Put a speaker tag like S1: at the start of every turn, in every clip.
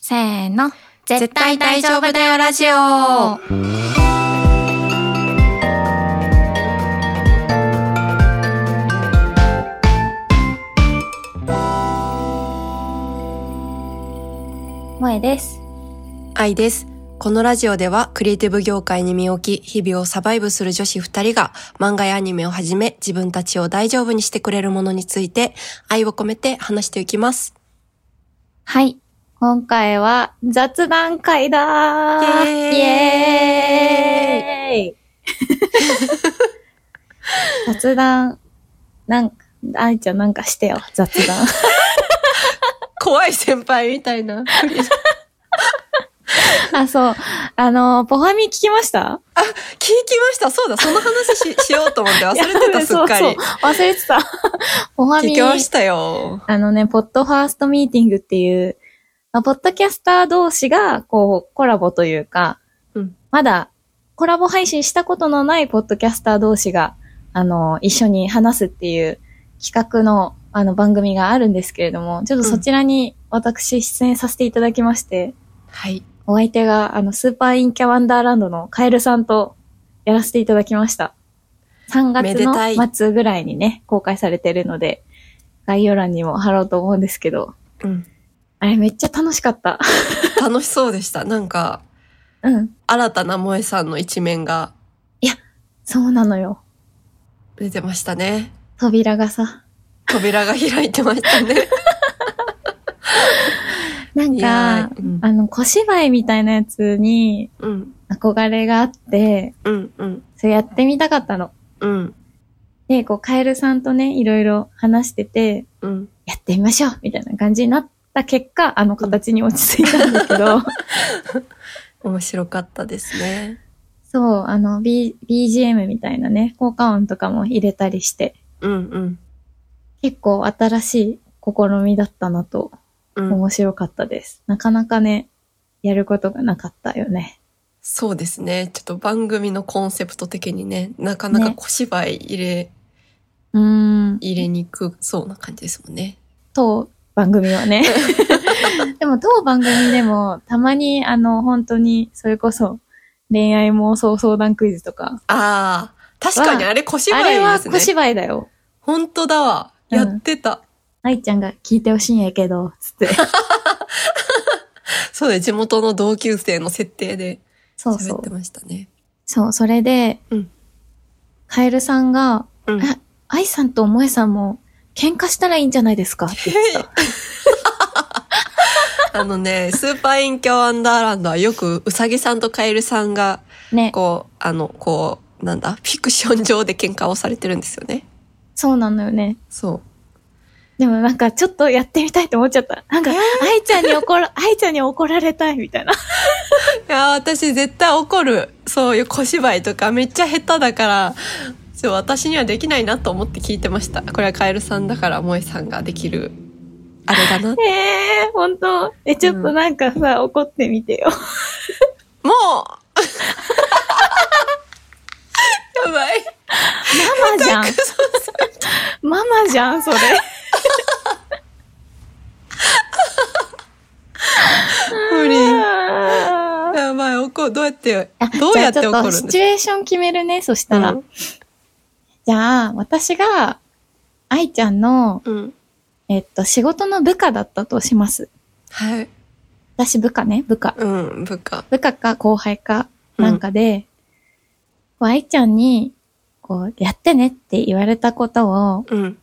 S1: せーの。
S2: 絶対大丈夫だよラジオ
S1: 萌えです。
S2: 愛です。このラジオではクリエイティブ業界に身を置き、日々をサバイブする女子二人が漫画やアニメをはじめ自分たちを大丈夫にしてくれるものについて愛を込めて話していきます。
S1: はい。今回は雑談会だー
S2: イエーイ
S1: イエーイ 雑談、なんか、愛ちゃんなんかしてよ、雑談。
S2: 怖い先輩みたいな。
S1: あ、そう。あの、ポファミ聞きました
S2: 聞きました。そうだ、その話 ししようと思って忘れてた、すっ か
S1: そうそ
S2: り。
S1: う。忘れてた。ポファ
S2: 聞
S1: ミ
S2: き。ましたよ。
S1: あのね、ポッドファーストミーティングっていう、まあポッドキャスター同士が、こう、コラボというか、
S2: うん
S1: まだ、コラボ配信したことのないポッドキャスター同士が、あの、一緒に話すっていう企画の、あの、番組があるんですけれども、ちょっとそちらに私出演させていただきまして、
S2: はい。
S1: お相手が、あの、スーパーインキャワンダーランドのカエルさんとやらせていただきました。3
S2: め
S1: 月
S2: でたい
S1: の末ぐらいにね、公開されてるので、概要欄にも貼ろうと思うんですけど、
S2: うん。
S1: あれめっちゃ楽しかった。
S2: 楽しそうでした。なんか、
S1: うん。
S2: 新たな萌えさんの一面が
S1: そうなのよ。
S2: 出てましたね。
S1: 扉がさ。
S2: 扉が開いてましたね。
S1: なん
S2: いや
S1: か
S2: ー、うん
S1: あの、小芝居みたいなやつに
S2: うん。
S1: 憧れがあって、
S2: うん。うん。
S1: それやってみたかったの。
S2: うん。
S1: で、こう、カエルさんとね、いろいろ話してて、
S2: うん。
S1: やってみましょうみたいな感じになった結果、あの形に落ち着いたんだけ ど、
S2: 面白かったですね。
S1: そう、あの、B、BGM みたいなね、効果音とかも入れたりして、
S2: うん
S1: 結構新しい試みだったなと、
S2: うん。うん、
S1: 面白かったです。なかなかね、やることがなかったよね。
S2: そうですね。ちょっと番組のコンセプト的にね、なかなか
S1: ね
S2: 小芝居入れ、
S1: うーん。
S2: 入れにくそうな感じですもんね。
S1: 当番組は ね。 でも当番組でも、たまにあの、本当に、それこそ、恋愛妄想相談クイズとか。
S2: ああ、確かにあれ小芝
S1: あれ
S2: 居
S1: は
S2: です
S1: 小
S2: ね。
S1: 芝居だよ。
S2: 本当だわ。
S1: うん
S2: やってた。
S1: 愛ちゃんが聞いてほしいんやけど、つって。
S2: そうで、地元の同級生の設定で
S1: そうそ
S2: 喋
S1: う
S2: って。ましたね。
S1: そう、それで、
S2: うん
S1: カエルさんが、
S2: うん
S1: あ愛さんと萌えさんも喧嘩したらいいんじゃないですかって言ってた。
S2: あのね、スーパーインキャワンダーランドはよくうさぎさんとカエルさんが、
S1: ね。
S2: こう、あの、こう、なんだ、フィクション上で喧嘩をされてるんですよね。
S1: そうなのよね。
S2: そう。
S1: でもなんかちょっとやってみたいと思っちゃった。なんか、愛ちゃんに怒ら、愛ちゃんに怒られたいみたいな。
S2: いやー、私絶対怒る。そういう小芝居とかめっちゃ下手だから、そう、私にはできないなと思って聞いてました。これはカエルさんだから、萌えさんができる、あれだな。も
S1: ええー、本当え、ちょっとなんかさ、怒ってみてよ。
S2: う やばい。
S1: ママじゃん。ママじゃん、それ。
S2: 無理。
S1: あ
S2: やばい、怒る。どうやって
S1: ー、
S2: どうやっ
S1: じゃ
S2: て
S1: あちょ
S2: 怒
S1: っと
S2: る
S1: シ
S2: んで
S1: チ
S2: す
S1: ュエーション決めるね、そした。
S2: から
S1: じゃあ、私が、愛ちゃんの、
S2: うん。
S1: えっと、仕事の部下だったとします。
S2: はい。
S1: 私部下ね、部下。
S2: うん、部下。
S1: 部下か後輩かなんかで、こう愛ちゃんに、こう、やってねって言われたことを、
S2: うん。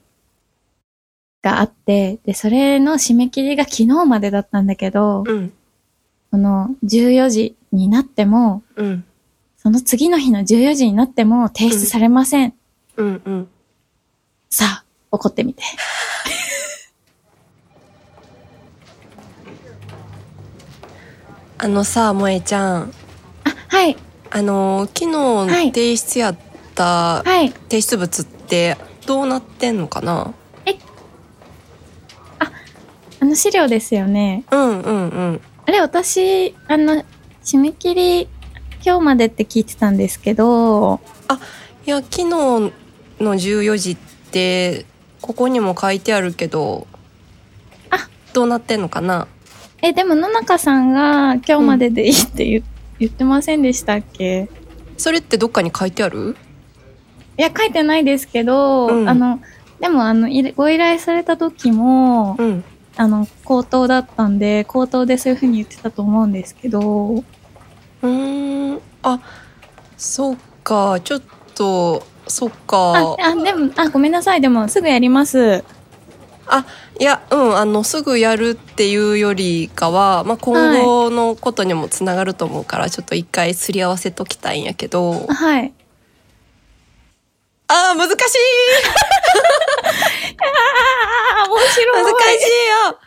S1: があって、で、それの締め切りが昨日までだったんだけど、
S2: うん。
S1: この14時になっても、
S2: うん。
S1: その次の日の14時になっても提出されません。
S2: うん。うん。
S1: さあ、怒ってみて。
S2: あのさ、萌えちゃん。
S1: あ、はい、
S2: あのー、昨
S1: はい
S2: 日提出やった
S1: はい。
S2: 提出物ってどうなってんのかな
S1: あの資料ですよね。
S2: うんうんうん。
S1: あれ、私、あの、締め切り、今日までって聞いてたんですけど、
S2: いや、昨日の14時って、ここにも書いてあるけど、
S1: あ
S2: どうなってんのかな
S1: え、でも、野中さんが今日まででいいって言,、言ってませんでしたっけ
S2: それってどっかに書いてある
S1: いや、書いてないですけど、
S2: うん
S1: あの、でも、あの、いご依頼された時も、
S2: うん。
S1: あの、口頭だったんで、口頭でそういうふうに言ってたと思うんですけど、
S2: うーん。あ、そうか。ちょっと、そっ
S1: あ
S2: か、。
S1: あ、でも、あ、ごめんなさい。でも、すぐやります。
S2: いや、うん。あの、すぐやるっていうよりかは、まあ、今後のことにもつながると思うから、ちょっと一回すり合わせときたいんやけど。
S1: はい。
S2: あー、難しい
S1: ああ、面白い。
S2: 難しいよ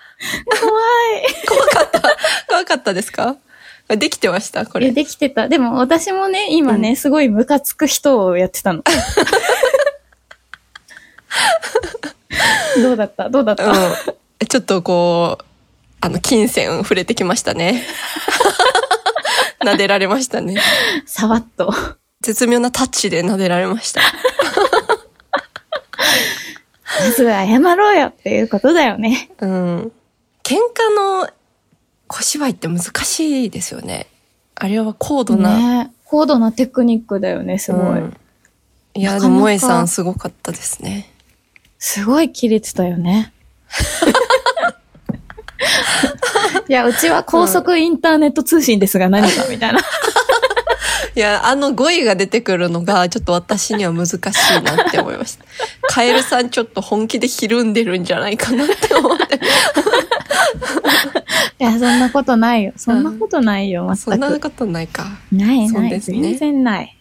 S1: 怖
S2: 怖かった。怖かったですかできてましたこ
S1: い。いや、
S2: れ。
S1: できてた。でも、私もね、今ね、
S2: う
S1: すごいムカつく人をやってたの。どうだったどうだっ
S2: う
S1: た、
S2: ん。ちょっとこう、あの、金銭触れてきましたね。撫でられましたね。
S1: さわっと。
S2: 絶妙なタッチで撫でられました。
S1: まずは謝ろうよっていうことだよね。
S2: うん。喧嘩の小芝居って難しいですよね。あれは高度な。
S1: ね、高度なテクニックだよね、すごい。
S2: うんいや、
S1: な
S2: で
S1: かなか
S2: も萌えさんすごかったですね。
S1: すごい切れてたよ ね。いや、うちは高速インターネット通信ですが何かみたいな。
S2: いや、あの語彙が出てくるのが、ちょっと私には難しいなって思いました。カエルさんちょっと本気でひるんでるんじゃないかなって思って。
S1: いや、そんなことないよ。そんなことないよ、
S2: そ
S1: 全
S2: んな
S1: く。
S2: ことないか。
S1: ない
S2: そう
S1: ない、
S2: ですね
S1: 全然ない。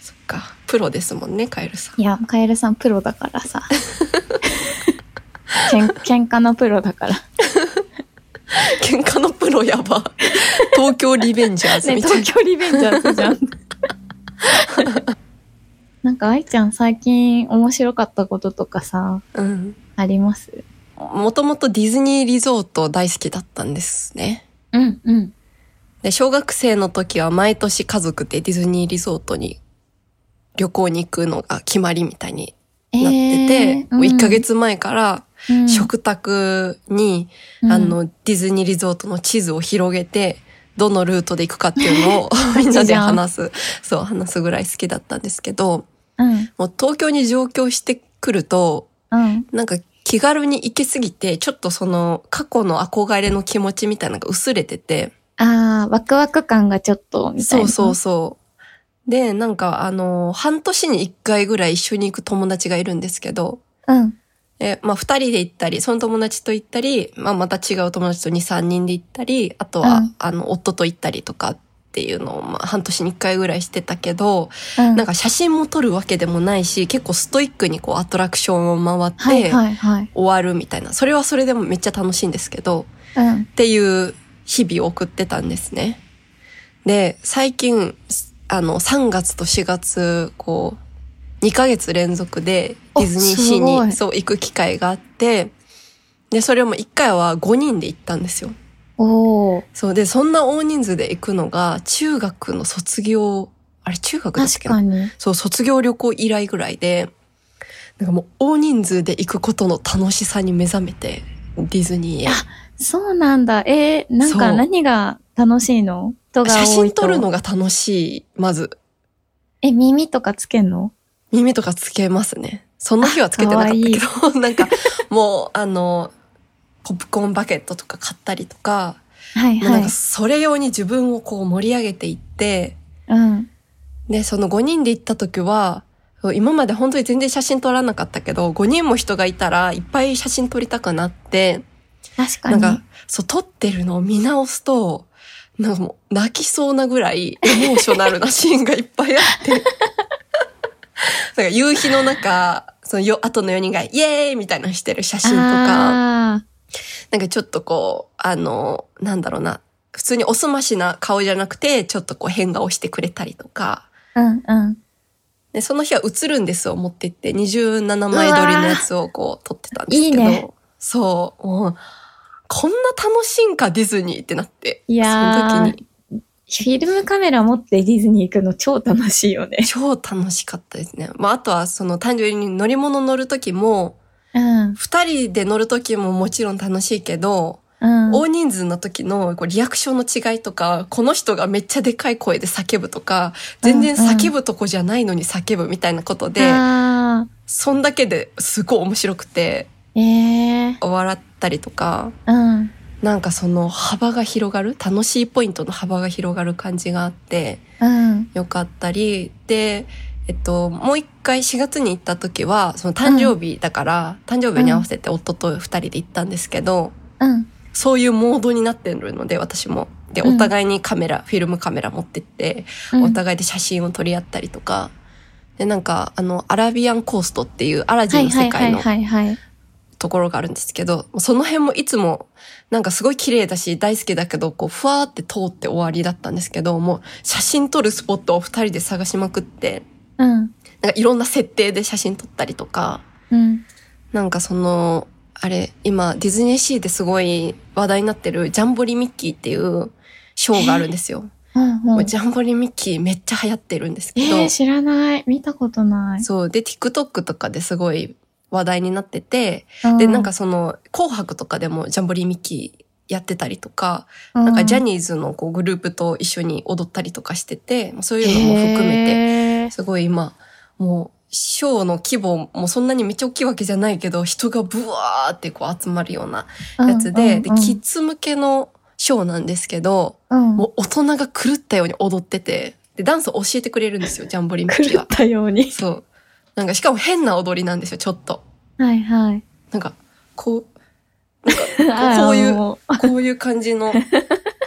S2: そっか。プロですもんね、カエルさん。
S1: いや、カエルさんプロだからさ。けん喧嘩のプロだ から。
S2: 喧嘩のプロやば。東京リベンジャーズ
S1: ね、
S2: みたいな。
S1: 東京リベンジャーズ じゃん。なんか、愛ちゃん最近面白かったこととかさ、
S2: うん。
S1: あります
S2: もともとディズニーリゾート大好きだったんですね。
S1: うん、うん。
S2: で、小学生の時は毎年家族でディズニーリゾートに旅行に行くのが決まりみたいになってて、もう1ヶ月前から
S1: うん
S2: 食卓に、あ、の、ディズニーリゾートの地図を広げて、どのルートで行くかって いうのをみんなで話す、そう、話すぐらい好きだったんですけど、
S1: うん、
S2: もう東京に上京してくると、
S1: うん。
S2: なんか気軽に行きすぎて、ちょっとその過去の憧れの気持ちみたいなのが薄れてて、
S1: ああ、ワクワク感がちょっと、みたい
S2: そ
S1: な。
S2: うそうそう。で、なんかあの、半年に一回ぐらい一緒に行く友達がいるんですけど、
S1: う。うん。
S2: え、まあ二人で行ったり、その友達と行ったり、まあまた違う友達と二、三人で行ったり、あとは、
S1: うん
S2: あの、夫と行ったりとかっていうのを、まあ半年に一回ぐらいしてたけど、
S1: うん。
S2: なんか写真も撮るわけでもないし、結構ストイックにこうアトラクションを回って、
S1: はいはいはい。
S2: 終わるみたいな。それはそれでもめっちゃ楽しいんですけど、
S1: うん
S2: っ。ていう日々を送ってたんですね。で、最近、あの、3月と4月、こう、2ヶ月連続で
S1: あ
S2: ディズニーシ
S1: すご
S2: ー
S1: い
S2: に、そう、行く機会があって、で、それも1回は5人で行ったんですよ。
S1: おー。
S2: そう、で、そんな大人数で行くのが、中学の卒業、あれ、中学だっ
S1: 確
S2: け
S1: かに。
S2: そう、卒業旅行以来ぐらいで、なんかもう大人数で行くことの楽しさに目覚めて、ディズニーへ。
S1: そうなんだ。えー、なん
S2: そ
S1: か
S2: う
S1: 何が楽しいの人が多い
S2: 写
S1: と
S2: 真撮るのが楽しい、まず。
S1: え、耳とかつけんの
S2: 耳とかつけますね。その日はつけてなかったけど、 なんか、もう、あの、ポップコーンバケットとか買ったりとか、
S1: はい
S2: もうな
S1: は
S2: ん
S1: い
S2: か。それ用に自分をこう盛り上げていって、
S1: うん。
S2: で、その5人で行った時は、今まで本当に全然写真撮らなかったけど、5人も人がいたらいっぱい写真撮りたくなって、
S1: 確か
S2: なん
S1: に。
S2: か、そう、撮ってるのを見直すと、なんかもう泣きそうなぐらいエモーショナルなシーンがいっぱいあって。 なんか夕日の中、そのよ、後の4人がイエーイみたいなのしてる写真とか、
S1: あ
S2: なんかちょっとこう、あの、なんだろうな、普通におすましな顔じゃなくて、ちょっとこう変顔してくれたりとか、
S1: ーうんうん。
S2: で、その日は映るんですを持ってって、27枚撮りのやつをこう撮ってたんですけど、
S1: うわーいいね
S2: そう、もう、こんな楽しいんか、ディズニーってなって。
S1: いやー
S2: その時に、
S1: フィルムカメラ持ってディズニー行くの超楽しいよね。
S2: 超楽しかったですね。まあ、あとは、その、単純に乗り物乗る時も、
S1: うん。
S2: 二人で乗る時ももちろん楽しいけど、
S1: うん。
S2: 大人数の時のこうリアクションの違いとか、この人がめっちゃでかい声で叫ぶとか、全然叫ぶとこじゃないのに叫ぶみたいなことで、
S1: あ
S2: そんだけですごい面白くて、
S1: ーええ
S2: 笑ったりとか、
S1: うん。
S2: なんかその幅が広がる、楽しいポイントの幅が広がる感じがあって、
S1: うん。
S2: よかったり、で、えっと、もう一回4月に行った時は、その誕生日だから、誕生日に合わせて夫と二人で行ったんですけど、
S1: うん。
S2: そういうモードになってるので、私も。で、
S1: うん
S2: お互いにカメラ、フィルムカメラ持ってって、
S1: うん
S2: お互いで写真を撮り合ったりとか、で、なんか、あの、アラビアンコーストっていうアラジンの世界の
S1: はいはいはいはい、
S2: ところがあるんですけど、その辺もいつも、なんかすごい綺麗だし、大好きだけど、こう、ふわーって通って終わりだったんですけど、もう、写真撮るスポットを二人で探しまくって、
S1: うん。
S2: なんかいろんな設定で写真撮ったりとか、
S1: うん。
S2: なんかその、あれ、今、ディズニーシーですごい話題になってるジャンボリミッキーっていうショーがあるんですよ。
S1: うん。
S2: も
S1: う。
S2: うんジャンボリミッキーめっちゃ流行ってるんですけど、
S1: えー、知らない。見たことない。
S2: そう。で、TikTok とかですごい話題になってて、で、なんかその、紅白とかでもジャンボリミッキーやってたりとか、
S1: うん、
S2: なんかジャ
S1: ー
S2: ニーズのこうグループと一緒に踊ったりとかしてて、そういうのも含めて、
S1: め。
S2: すごい今、もう、ショーの規模もそんなにめっちゃ大きいわけじゃないけど、人がブワーってこう集まるようなやつで、で、
S1: うん
S2: キッズ向けのショーなんですけど、
S1: うん、
S2: もう大人が狂ったように踊ってて、で、ダンスを教えてくれるんですよ、ジャンボリミッキ ー
S1: 狂っ
S2: が。
S1: たように。
S2: そう。なんかしかも変な踊りなんですよ、ちょっと。
S1: はいはい。
S2: なんか、こう、
S1: あー
S2: そういう
S1: も
S2: こういう感じの、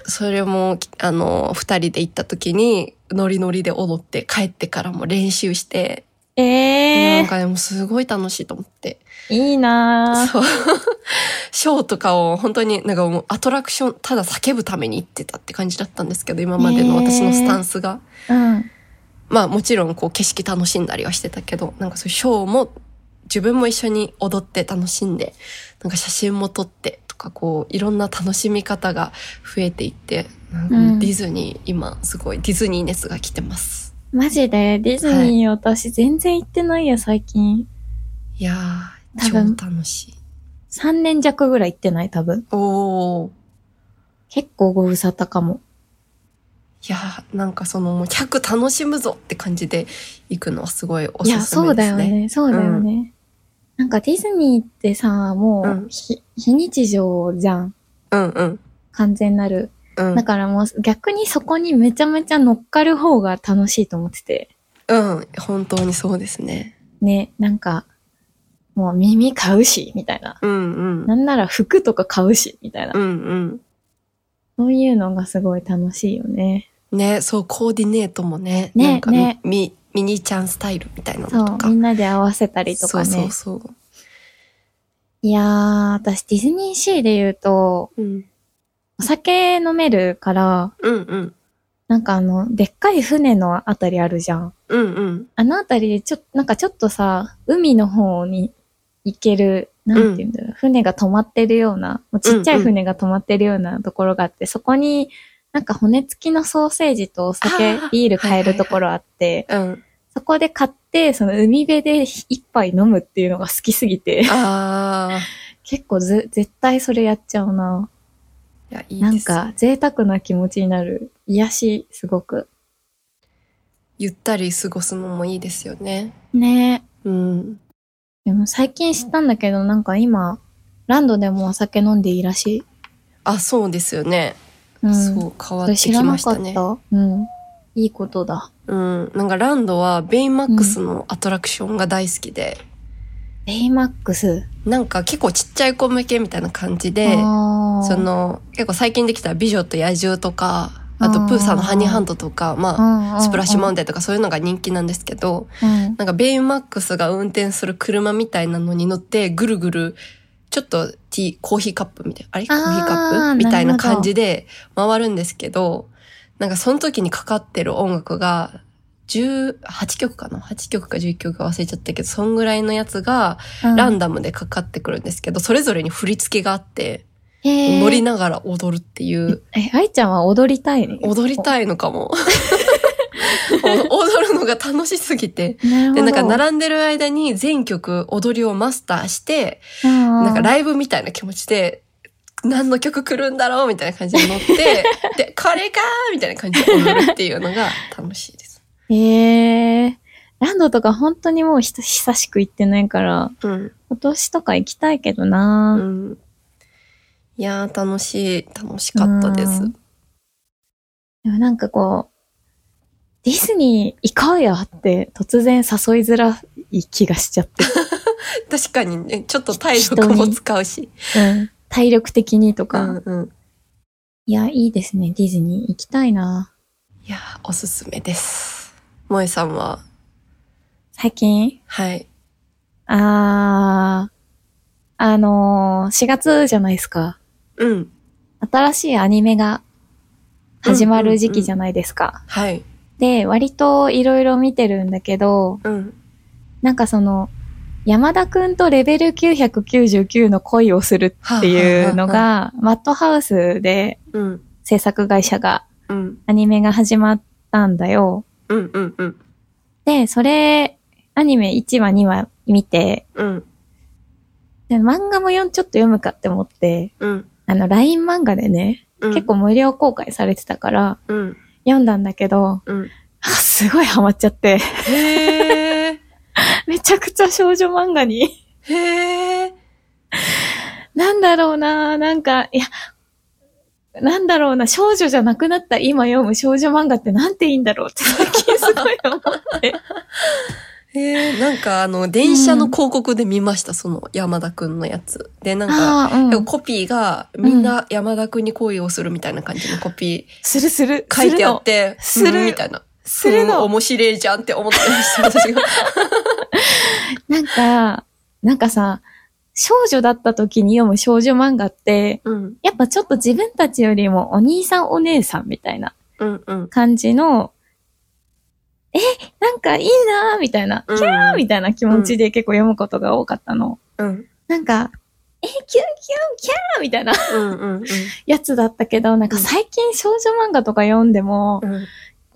S2: それも、あの、二人で行った時に、ノリノリで踊って帰ってからも練習して、
S1: え
S2: なん
S1: え
S2: かでもすごい楽しいと思って。
S1: ー、いいなー
S2: そう。 ショーとかを本当になんかもうアトラクション、ただ叫ぶために行ってたって感じだったんですけど、今までの私のスタンスが。
S1: うん。
S2: まあもちろんこう景色楽しんだりはしてたけど、なんかそういうショーも自分も一緒に踊って楽しんで、なんか写真も撮ってとかこういろんな楽しみ方が増えていって、なんかもうディズニー、今すごいディズニー熱が来てます。
S1: マジで、ディズニー私全然行ってないよ、最近。
S2: いやー、
S1: 多
S2: 超
S1: 分
S2: 楽しい。
S1: 3年弱ぐらい行ってない、多分。
S2: おー。
S1: 結構ご無沙汰かも。
S2: いやーなんかそのもう100楽しむぞって感じで行くのはすごいお
S1: い
S2: す
S1: や、
S2: す
S1: そ
S2: め
S1: う
S2: で
S1: だ
S2: す
S1: よ
S2: ね。
S1: ね。そうだよね。なんかディズニーってさ、もう、
S2: うん
S1: ひ非日常じゃん。
S2: うんうん
S1: 完全なる。
S2: うん
S1: だからもう逆にそこにめちゃめちゃ乗っかる方が楽しいと思ってて。
S2: うん本当にそうですね。
S1: ね、なんか、もう耳買うし、みたいな。
S2: うんうん
S1: なんなら服とか買うし、みたいな
S2: う。ん
S1: そういうのがすごい楽しいよね。
S2: うんねそうコーディネートもね
S1: ね
S2: なんか
S1: ね
S2: ミミニーちゃんスタイルみたいな
S1: そ
S2: のと
S1: う、
S2: か
S1: みんなで合わせたりとかね。
S2: そうそうそ
S1: いやー、私ディズニーシーで言うと、
S2: う、うん、
S1: お酒飲めるから、
S2: うんうん
S1: なんかあの、でっかい船のあたりあるじゃん。
S2: うんうん
S1: あのあたりでちょ、なんかちょっとさ、海の方に行ける、なんていうんだろう、船が止まってるような、もうちっちゃ
S2: うん
S1: い
S2: うん
S1: 船が止まってるようなところがあって、そこになんか骨付きのソーセージとお酒
S2: あー、
S1: ビール買え
S2: はいはいはい
S1: るところあって、
S2: うん
S1: そこで買って、その海辺で一杯飲むっていうのが好きすぎて、
S2: あ
S1: 結構ず、絶対それやっちゃうな。
S2: ーいやいいです
S1: なんか、贅沢な気持ちになる。癒し、すごく。
S2: ゆったり過ごすのもいいですよね。
S1: ね
S2: うん
S1: でも最近知ったんだけど、なんか今、ランドでもお酒飲んでいいらしい。
S2: あそうですよね。
S1: うん。
S2: そう変わ
S1: そ
S2: って
S1: れ知
S2: き
S1: ら
S2: ま
S1: な
S2: し
S1: か
S2: た
S1: った。
S2: ね。
S1: うん。いいことだ。
S2: うん、なんかランドはベイマックスのアトラクションが大好きで、
S1: ベイマックス。
S2: なんか結構ちっちゃい子向けみたいな感じで、
S1: あー
S2: そ、の結構最近できた美女と野獣とか、あと
S1: あー
S2: プーさんのハニーハントとか、
S1: う
S2: ま
S1: んうんう
S2: あ、
S1: ん
S2: スプラッシュマウンテンとかそういうのが人気なんですけど、
S1: うん
S2: なんかベイマックスが運転する車みたいなのに乗ってぐるぐる、ちょっとティー、コーヒーカップみたいな、あれコ
S1: あー
S2: ーヒーカッ
S1: なるほ
S2: プ
S1: ど
S2: みたいな感じで回るんですけど、なんかその時にかかってる音楽が、18曲かな ?8 曲か11曲か忘れちゃったけど、そんぐらいのやつが
S1: うん
S2: ランダムでかかってくるんですけど、それぞれに振り付けがあって、
S1: へー
S2: 乗りながら踊るっていう、
S1: え、愛ちゃんは踊りたいね。
S2: 踊り
S1: い。
S2: たいのか も。踊るのが楽しすぎて。
S1: なるほ
S2: で、
S1: ど。
S2: なんか並んでる間に全曲踊りをマスターして、
S1: うんうん
S2: なんかライブみたいな気持ちで、何の曲来るんだろうみたいな感じで乗って、 で、これかーみたいな感じで踊るっていうのが楽しいです。
S1: へえー。ランドとか本当にもうひと久しく行ってないから、
S2: うん。
S1: 今年とか行きたいけど
S2: う
S1: な、
S2: ん。いやー、楽しい。楽しかったです
S1: う。んでもなんかこう、ディズニー行こうよって突然誘いづらい気がしちゃって。
S2: 確かにね、ちょっと体力も使うし。
S1: うん、体力的にと
S2: う
S1: か、
S2: んうん。
S1: いや、いいですね。ディズニー行きたいな。
S2: いやー、おすすめです。萌えさんは、
S1: 最近
S2: はい。
S1: あー、あのー、4月じゃないですか。
S2: うん。
S1: 新しいアニメが始まる時期じゃないですか。
S2: はい。
S1: で、割といろいろ見てるんだけど、
S2: うん。
S1: なんかその、山田くんとレベル999の恋をするっていうのが、マットハウスで
S2: うん。
S1: 制作会社が、
S2: うん。
S1: アニメが始まったんだよ。
S2: うん。うん。うん。
S1: で、それ、アニメ1話2話見て、
S2: うん。
S1: で漫画もよんちょっと読むかって思って、
S2: うん。
S1: あの、LINE 漫画でね、結。構無料公開されてたから、
S2: うん。
S1: 読んだんだけど、
S2: うん。
S1: あすごいハマっちゃって、
S2: へー。
S1: めちゃくちゃ少女漫画に、
S2: へー。
S1: なんだろうななんか、いや、なんだろうな、少女じゃなくなった今読む少女漫画ってなんていいんだろうって最近すごい 思う。
S2: へえ、なんかあの、電車の広告で見ました、その山田くんのやつ。で、なんか、
S1: ああ、う
S2: でも
S1: ん。
S2: コピーが、みんな山田くんに恋をするみたいな感じのコピ
S1: するする。
S2: ー書いてあって、
S1: するの
S2: うん
S1: する
S2: みたいな。
S1: する
S2: うん
S1: の。
S2: 面白いじゃんって思ってました、私が。
S1: なんか、なんかさ、少女だった時に読む少女漫画って、
S2: うん、
S1: やっぱちょっと自分たちよりもお兄さんお姉さんみたいな
S2: うん、うん。
S1: 感じの、え、なんかいいなーみたいな、キ
S2: うん
S1: ャーみたいな気持ちで結構読むことが多かったの。
S2: うん、
S1: なんか、え、キュンキュンキャーみたいな
S2: うん、うん、
S1: やつだったけど、なんか最近少女漫画とか読んでも、
S2: う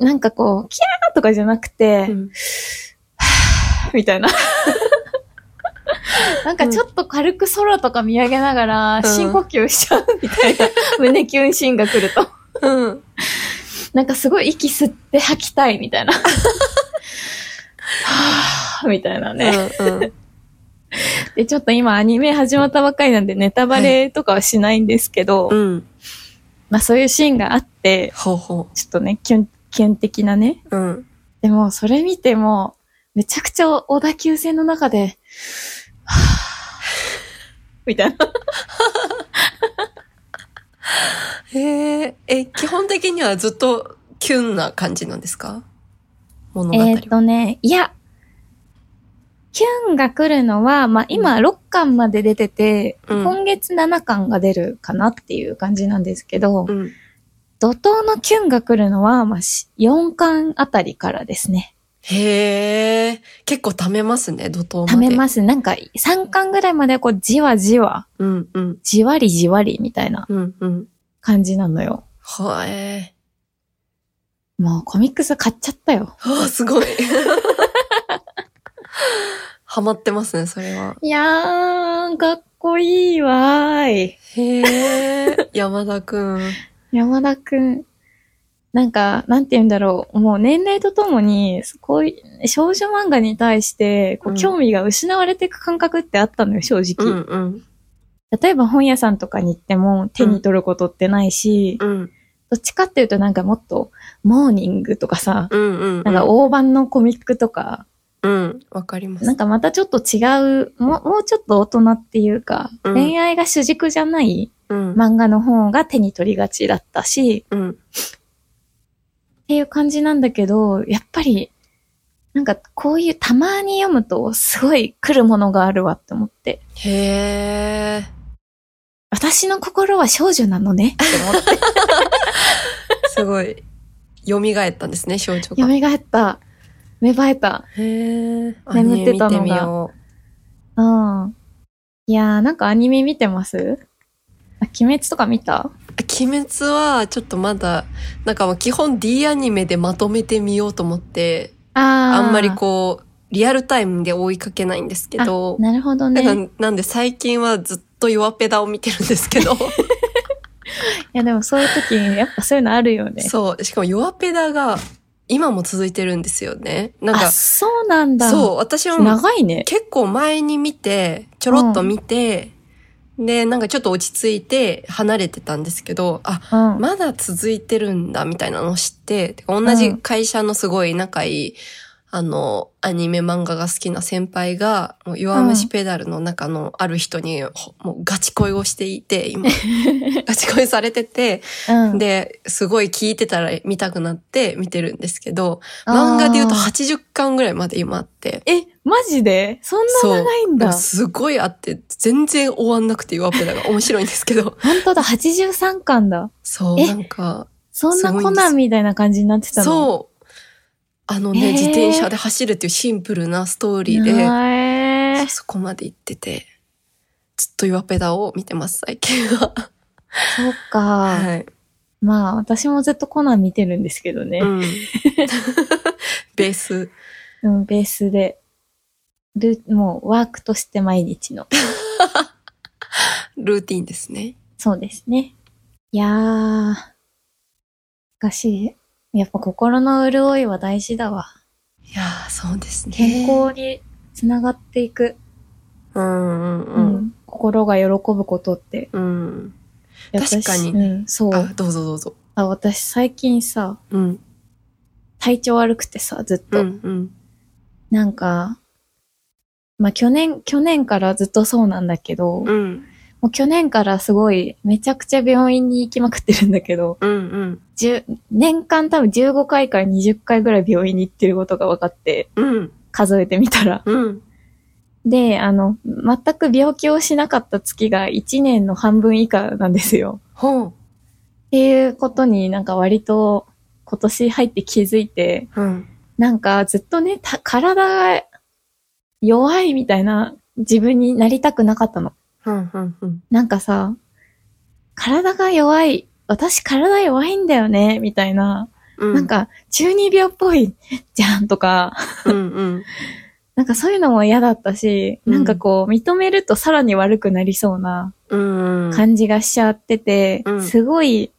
S2: ん。
S1: なんかこう、キャーとかじゃなくて、
S2: うん
S1: みたいな。 なんかちょっと軽く空とか見上げながら、
S2: ん
S1: 深呼吸しちゃうみたい な、胸キュンシーンが来ると。
S2: うん。
S1: なんかすごい息吸って吐きたいみたいな。はぁみたいなね。
S2: うん
S1: で、ちょっと今アニメ始まったばっかりなんでネタバレとかはしないんですけど、
S2: うん。
S1: まあそういうシーンがあって、
S2: ほうほ
S1: ちょっとね、キュン、キュン的なね。
S2: う。うん。
S1: でもそれ見ても、めちゃくちゃ小田急線の中で、はぁみたいな。
S2: へえ、え、基本的にはずっとキュンな感じなんですか物語は。
S1: えーっとね、いや、キュンが来るのは、まあ、今6巻まで出てて、
S2: うん
S1: 今月7巻が出るかなっていう感じなんですけど、
S2: うん。
S1: 怒涛のキュンが来るのは、まあ、し4巻あたりからですね。
S2: へえ、結構貯めますね、怒涛まで。
S1: ためます。なんか3巻ぐらいまでこう、じわじわ、
S2: うん、うん、
S1: じわりじわりみたいな
S2: うん、うん。
S1: 感じなのよ。
S2: はえ
S1: もうコミックス買っちゃったよ。
S2: ー。はあ、すごい。 ハマってますね、それは。
S1: いやー、かっこいいわーい。
S2: へえ、山田くん。
S1: 山田くん、なんか、なんて言うんだろう。もう年齢とともに、こういう、少女漫画に対して、こう、
S2: うん
S1: 興味が失われていく感覚ってあったのよ、正
S2: う
S1: 直。
S2: ん、うん、
S1: 例えば本屋さんとかに行っても手に取ることってないし、
S2: うん、
S1: どっちかっていうとなんかもっと、モーニングとかさ、
S2: うん、うん。
S1: なんか大判のコミックとか、
S2: うん、わかります。
S1: なんかまたちょっと違う、もうもうちょっと大人っていうか、
S2: うん
S1: 恋愛が主軸じゃない
S2: うん、
S1: 漫画の方が手に取りがちだったし、
S2: うん、
S1: っていう感じなんだけど、やっぱり、なんかこういうたまに読むとすごい来るものがあるわって思って、
S2: へえ。
S1: 私の心は少女なのねって思って、
S2: すごい。蘇ったんですね、少女が。
S1: 蘇った、芽生えた。
S2: へえ。
S1: 眠ってたのが
S2: アニメ見みよ
S1: うん。いやー、なんかアニメ見てますあ、鬼滅とか見た
S2: う鬼滅は、ちょっとまだ、なんかもう基本 D アニメでまとめてみようと思って、
S1: あー
S2: あんまりこう、リアルタイムで追いかけないんですけど、
S1: なるほどね。
S2: ないんかなんで最近はずっと弱ペダを見てるんで すけど、
S1: や、でもそういう時に、やっぱそういうのあるよね。
S2: そう、しかも弱ペダが今も続いてるんですよね。なん
S1: あ、
S2: か、
S1: そうなんだ。
S2: そう、私も
S1: 長いね。
S2: 結構前に見て、ちょろっと見て、で、なんかちょっと落ち着いて離れてたんですけど、あ、
S1: うん。
S2: まだ続いてるんだみたいなのを知って、てか同じ会社のすごい仲いい、あの、アニメ漫画が好きな先輩が、もう弱虫ペダルの中のある人に、ほもうガチ恋をしてい て、今、ガチ恋されてて、
S1: うん、
S2: で、すごい聞いてたら見たくなって見てるんですけど、漫画で言うと
S1: あー
S2: 80巻ぐらいまで今あって、
S1: え、マジでそん
S2: そう
S1: な長いん
S2: なん
S1: だ
S2: か。すごいあって、全然終わんなくて弱ペダルが面白いんですけど、
S1: 本当だ、83巻だ。
S2: そう、
S1: え
S2: なんか、
S1: そん
S2: す
S1: な
S2: ごいんです
S1: コナンみたいな感じになってたの
S2: そう。あのね、
S1: えー
S2: 自転車で走るっていうシンプルなストーリー
S1: へ
S2: で、
S1: ー
S2: そこまで行ってて、ずっと岩ペダを見てます、最近は。
S1: そうか。
S2: はい。
S1: まあ、私もずっとコナン見てるんですけどね
S2: う。ん。 ベース。
S1: うん、ベースで。ルもう、ワークとして毎日の。
S2: ルーティンですね。
S1: そうですね。いやー。難しい。やっぱ心の潤いは大事だわ。
S2: いやー、そうですね。
S1: 健康につながっていく。
S2: うんう
S1: うん
S2: うん。
S1: ん。心が喜ぶことって。
S2: うん。
S1: やっぱし
S2: 確かに
S1: うん、そ
S2: あ
S1: う。、
S2: どうぞどうぞ。
S1: あ、私最近さ、
S2: うん。
S1: 体調悪くてさ、ずっ
S2: う
S1: と。
S2: んうん。
S1: なんか、まあ去年、去年からずっとそうなんだけど、
S2: うんうん
S1: もう去年からすごい、めちゃくちゃ病院に行きまくってるんだけど、
S2: うん
S1: 10年間多分15回から20回ぐらい病院に行ってることが分かって、
S2: うん
S1: 数えてみたら。
S2: うん。
S1: で、あの、全く病気をしなかった月が1年の半分以下なんですよ。
S2: ほう。
S1: っていうことになんか割と今年入って気づいて、
S2: うん。
S1: なんかずっとね、た体が弱いみたいな自分になりたくなかったの。
S2: うんうんうん。
S1: なんかさ、体が弱い、私体弱いんだよね、みたいな、
S2: うん。
S1: なん、か中二病っぽい じゃんとか、
S2: うんうん。
S1: なんかそういうのも嫌だったし、
S2: うん
S1: なんかこう認めるとさらに悪くなりそうな
S2: うんうん。
S1: 感じがしちゃってて、
S2: うん
S1: すごい、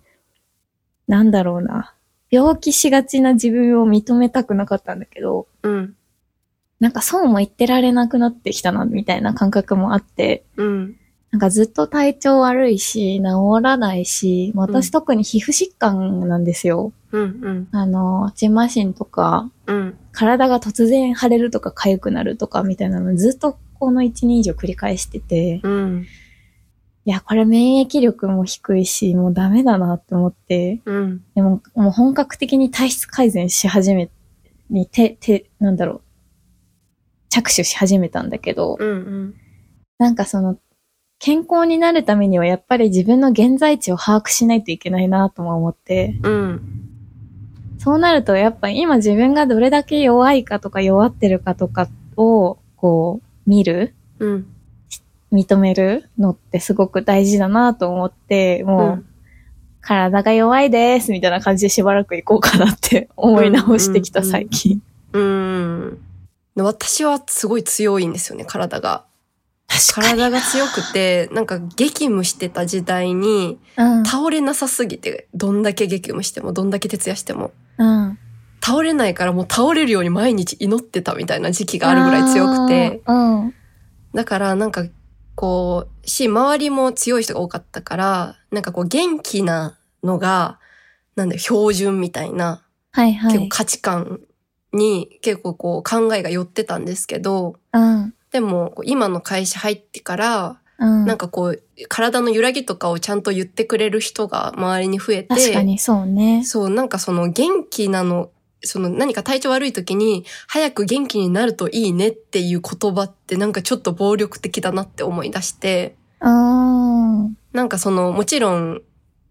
S1: なんだろうな、病気しがちな自分を認めたくなかったんだけど、
S2: うん。
S1: なんかそうも言ってられなくなってきたな、みたいな感覚もあって、
S2: うん。
S1: なんかずっと体調悪いし、治らないし、まあ
S2: う
S1: 私
S2: ん
S1: 特に皮膚疾患なんですよ。
S2: うんうん。
S1: あの、ジェマシンとか、
S2: うん。
S1: 体が突然腫れるとか痒くなるとかみたいなのずっとこの1年以上繰り返してて、
S2: うん。
S1: いや、これ免疫力も低いし、もうダメだなって思って、
S2: うん。
S1: でも、もう本格的に体質改善し始め、に、て、て、なんだろう、着手し始めたんだけど、
S2: うん。
S1: なんかその、健康になるためにはやっぱり自分の現在地を把握しないといけないなとも思って、
S2: うん。
S1: そうなるとやっぱ今自分がどれだけ弱いかとか弱ってるかとかを、こう、見る
S2: うん。
S1: 認めるのってすごく大事だなと思って、もう、体が弱いですみたいな感じでしばらく行こうかなって思い直してきた最近。
S2: うん。私はすごい強いんですよね、体が。
S1: 確かに。
S2: 体が強くて、なんか激務してた時代に、
S1: うん。
S2: 倒れなさすぎて、どんだけ激務しても、どんだけ徹夜しても、
S1: うん。
S2: 倒れないからもう倒れるように毎日祈ってたみたいな時期があるぐらい強くて、
S1: あー。うん。
S2: だからなんか、こう、し、周りも強い人が多かったから、なんかこう元気なのが、なんだよ、標準みたいな
S1: はいは
S2: 結構
S1: い。
S2: 価値観に結構こう考えが寄ってたんですけど、
S1: うん。
S2: でもこう今の会社入ってから、
S1: うん。
S2: なんかこう体の揺らぎとかをちゃんと言ってくれる人が周りに増えて、
S1: 確かにそうね。
S2: そう、なんかその元気なの、その何か体調悪い時に早く元気になるといいねっていう言葉ってなんかちょっと暴力的だなって思い出して、
S1: うん。
S2: なんかそのもちろん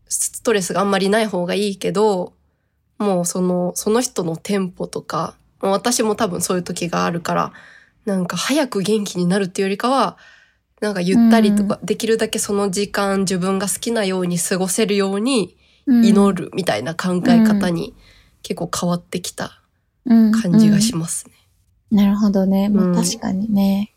S2: ストレスがあんまりない方がいいけど、もうその、その人のテンポとか、もう私も多分そういう時があるから、なんか早く元気になるっていうよりかは、なんかゆったりとか、できるだけその時間自分が好きなように過ごせるように祈るみたいな考え方に結構変わってきた
S1: る
S2: 感じがし
S1: ま
S2: ますね。
S1: なるほどね。まあ
S2: うん
S1: 確かにね。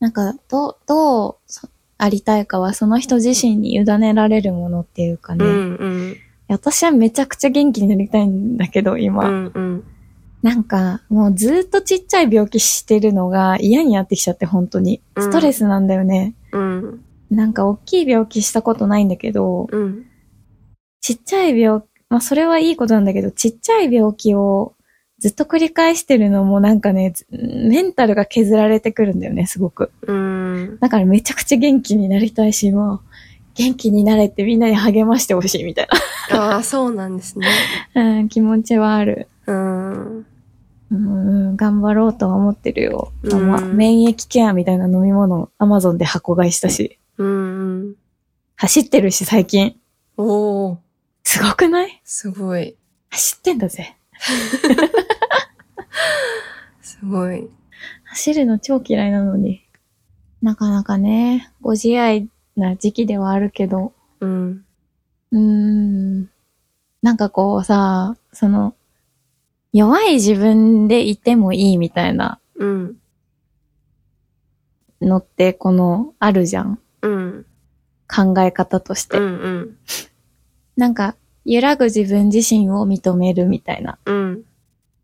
S1: なんか、どう、どうそありたいかはその人自身に委ねられるものっていうかね。
S2: うんうん。
S1: 私はめちゃくちゃ元気になりたいんだけど、
S2: う
S1: 今。
S2: んうん。
S1: なんか、もうずっとちっちゃい病気してるのが嫌になってきちゃって、本当に。
S2: うん
S1: ストレスなんだよね。
S2: うん
S1: なんか、大きい病気したことないんだけど、
S2: うん。
S1: ちっちゃい病、まあ、それはいいことなんだけど、ちっちゃい病気をずっと繰り返してるのもなんかね、ずメンタルが削られてくるんだよね、すごく。
S2: うん。
S1: だからめちゃくちゃ元気になりたいし、もう、元気になれってみんなに励ましてほしいみたい
S2: ああ、そうなんですね。
S1: な、うん、気持ちはある。
S2: うん。
S1: うん、頑張ろうとは思ってるよ。
S2: うん
S1: まあ免疫ケアみたいな飲み物、アマゾンで箱買いしたし、
S2: うんうん。
S1: 走ってるし最近。
S2: おー、
S1: すごくない
S2: すごい。
S1: 走ってんだぜ。
S2: すごい。
S1: 走るの超嫌いなのに。なかなかね、ご自愛な時期ではあるけど、
S2: うん。
S1: うーん。なんかこうさ、その、弱い自分でいてもいいみたいな
S2: うん。
S1: のって、この、あるじゃん。
S2: うん。
S1: 考え方として。
S2: うんうん。
S1: なんか、揺らぐ自分自身を認めるみたいな。
S2: うん。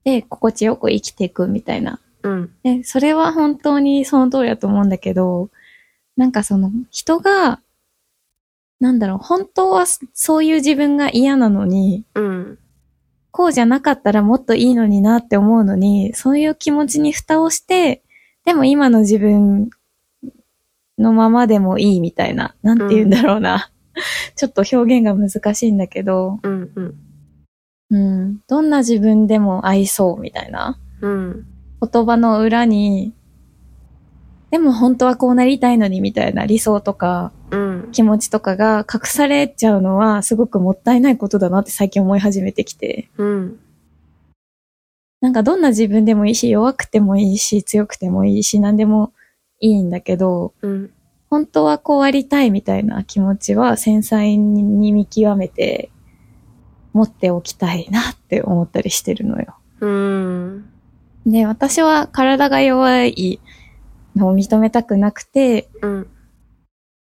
S1: で、心地よく生きていくみたいな。
S2: うん。
S1: で、それは本当にその通りだと思うんだけど、なんかその、人が、なんだろう、本当はそそういう自分が嫌なのに、
S2: うん。
S1: こうじゃなかったらもっといいのになって思うのに、そういう気持ちに蓋をして、でも今の自分のままでもいいみたいな、なんて言うんだろうな。ちょっと表現が難しいんだけど、
S2: うん。うん。
S1: うん、どんな自分でも愛そうみたいな
S2: うん。
S1: 言葉の裏に、でも本当はこうなりたいのにみたいな理想とか
S2: うん。
S1: 気持ちとかが隠されちゃうのはすごくもったいないことだなって最近思い始めてきて。
S2: うん。
S1: なんかどんな自分でもいいし弱くてもいいし強くてもいいし何でもいいんだけど、
S2: うん。
S1: 本当はこうありたいみたいな気持ちは繊細に見極めて持っておきたいなって思ったりしてるのよ。
S2: うん。
S1: で、私は体が弱いのを認めたくなくて、
S2: うん。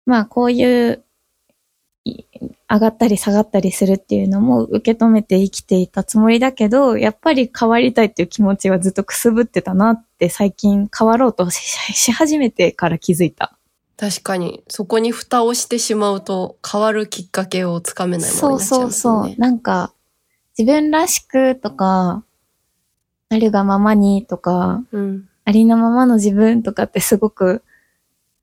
S1: まあこういう、い上がったり下がったりするっていうのも受け止めて生きていたつもりだけど、やっぱり変わりたいっていう気持ちはずっとくすぶってたなって最近変わろうとしし始めてから気づいた。
S2: 確かに、そこに蓋をしてしまうと、変わるきっかけをつかめないも
S1: そう
S2: のになっちゃい
S1: そ
S2: ま
S1: う
S2: すよ
S1: そ
S2: ね
S1: う。。なんか、自分らしくとか、あるがままにとか、
S2: うん。
S1: ありのままの自分とかってすごく、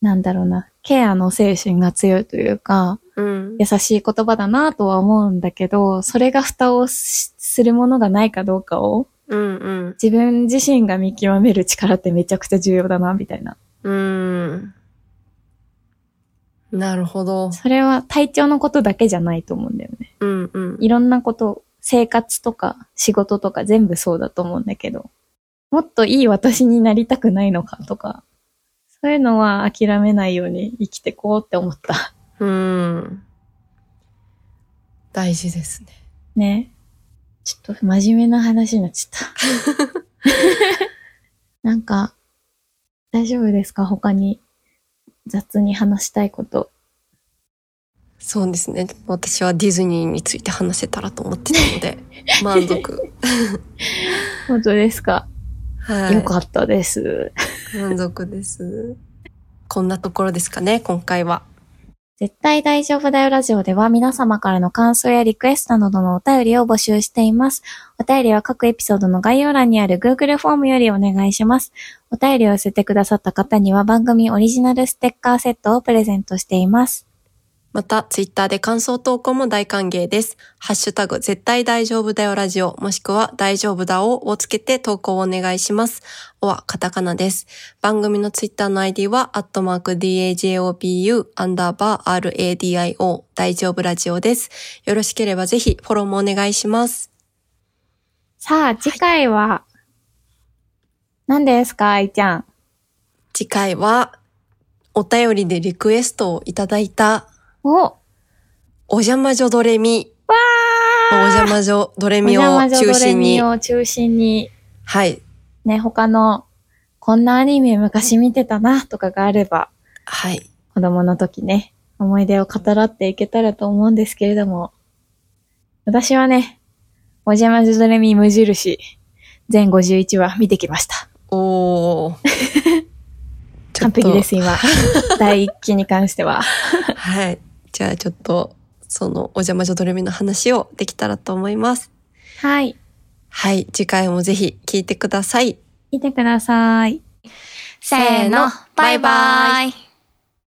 S1: なんだろうな、ケアの精神が強いというか、
S2: うん
S1: 優。しい言葉だなとは思うんだけど、それが蓋をしするものがないかどうかを、
S2: うん。うん。
S1: 自分自身が見極める力ってめちゃくちゃ重要だな、みたいな。
S2: うーん。なるほど。
S1: それは体調のことだけじゃないと思うんだよね。
S2: うんうん。
S1: いろんなこと、生活とか仕事とか全部そうだと思うんだけど、もっといい私になりたくないのかとか、そういうのは諦めないように生きてこうって思った。
S2: うーん。大事ですね。
S1: ね。ちょっと真面目な話になっちゃった。 なんか、大丈夫ですか他に雑に話したいこと。
S2: そうですね。私はディズニーについて話せたらと思ってた ので、満足。
S1: 本当ですか、
S2: はい。
S1: よかったです。
S2: 満足です。こんなところですかね、今回は。
S1: 絶対大丈夫だよラジオでは皆様からの感想やリクエストなどのお便りを募集しています。お便りは各エピソードの概要欄にある Google フォームよりお願いします。お便りを寄せてくださった方には番組オリジナルステッカーセットをプレゼントしています。
S2: また、ツイッターで感想投稿も大歓迎です。ハッシュタグ、絶対大丈夫だよラジオ、もしくは、大丈夫だおをつけて投稿をお願いします。おは、カタカナです。番組のツイッターの ID は、アットマーク DAJOPU、アンダーバー RADIO、大丈夫ラジオです。よろしければぜひ、フォローもお願いします。
S1: さあ、次回は、何ですか、愛ちゃん。
S2: 次回は、お便りでリクエストをいただいた、
S1: おわ
S2: お邪魔女ドレミ、
S1: ー
S2: お邪魔女ドレ
S1: お
S2: ミを
S1: 邪魔女
S2: 中
S1: ドレ
S2: 心に
S1: ミ、を中心に、
S2: はい。
S1: ね、他の、こんなアニメ昔見てたなとかがあれば、
S2: はい。
S1: 子供の時ね、思い出を語らっていけたらと思うんですけれども、私はね、おじゃまじドレミ無印、全51話見てきました。
S2: おー。ちょっ
S1: 完
S2: と
S1: 璧で。す、 今。第一期に関しては。
S2: はい。じゃあちょっと、その、お邪魔女ドレミの話をできたらと思います。
S1: はい。
S2: はい。次回もぜひ聞いてください。
S1: 見てください。
S3: せーの、バイバイ。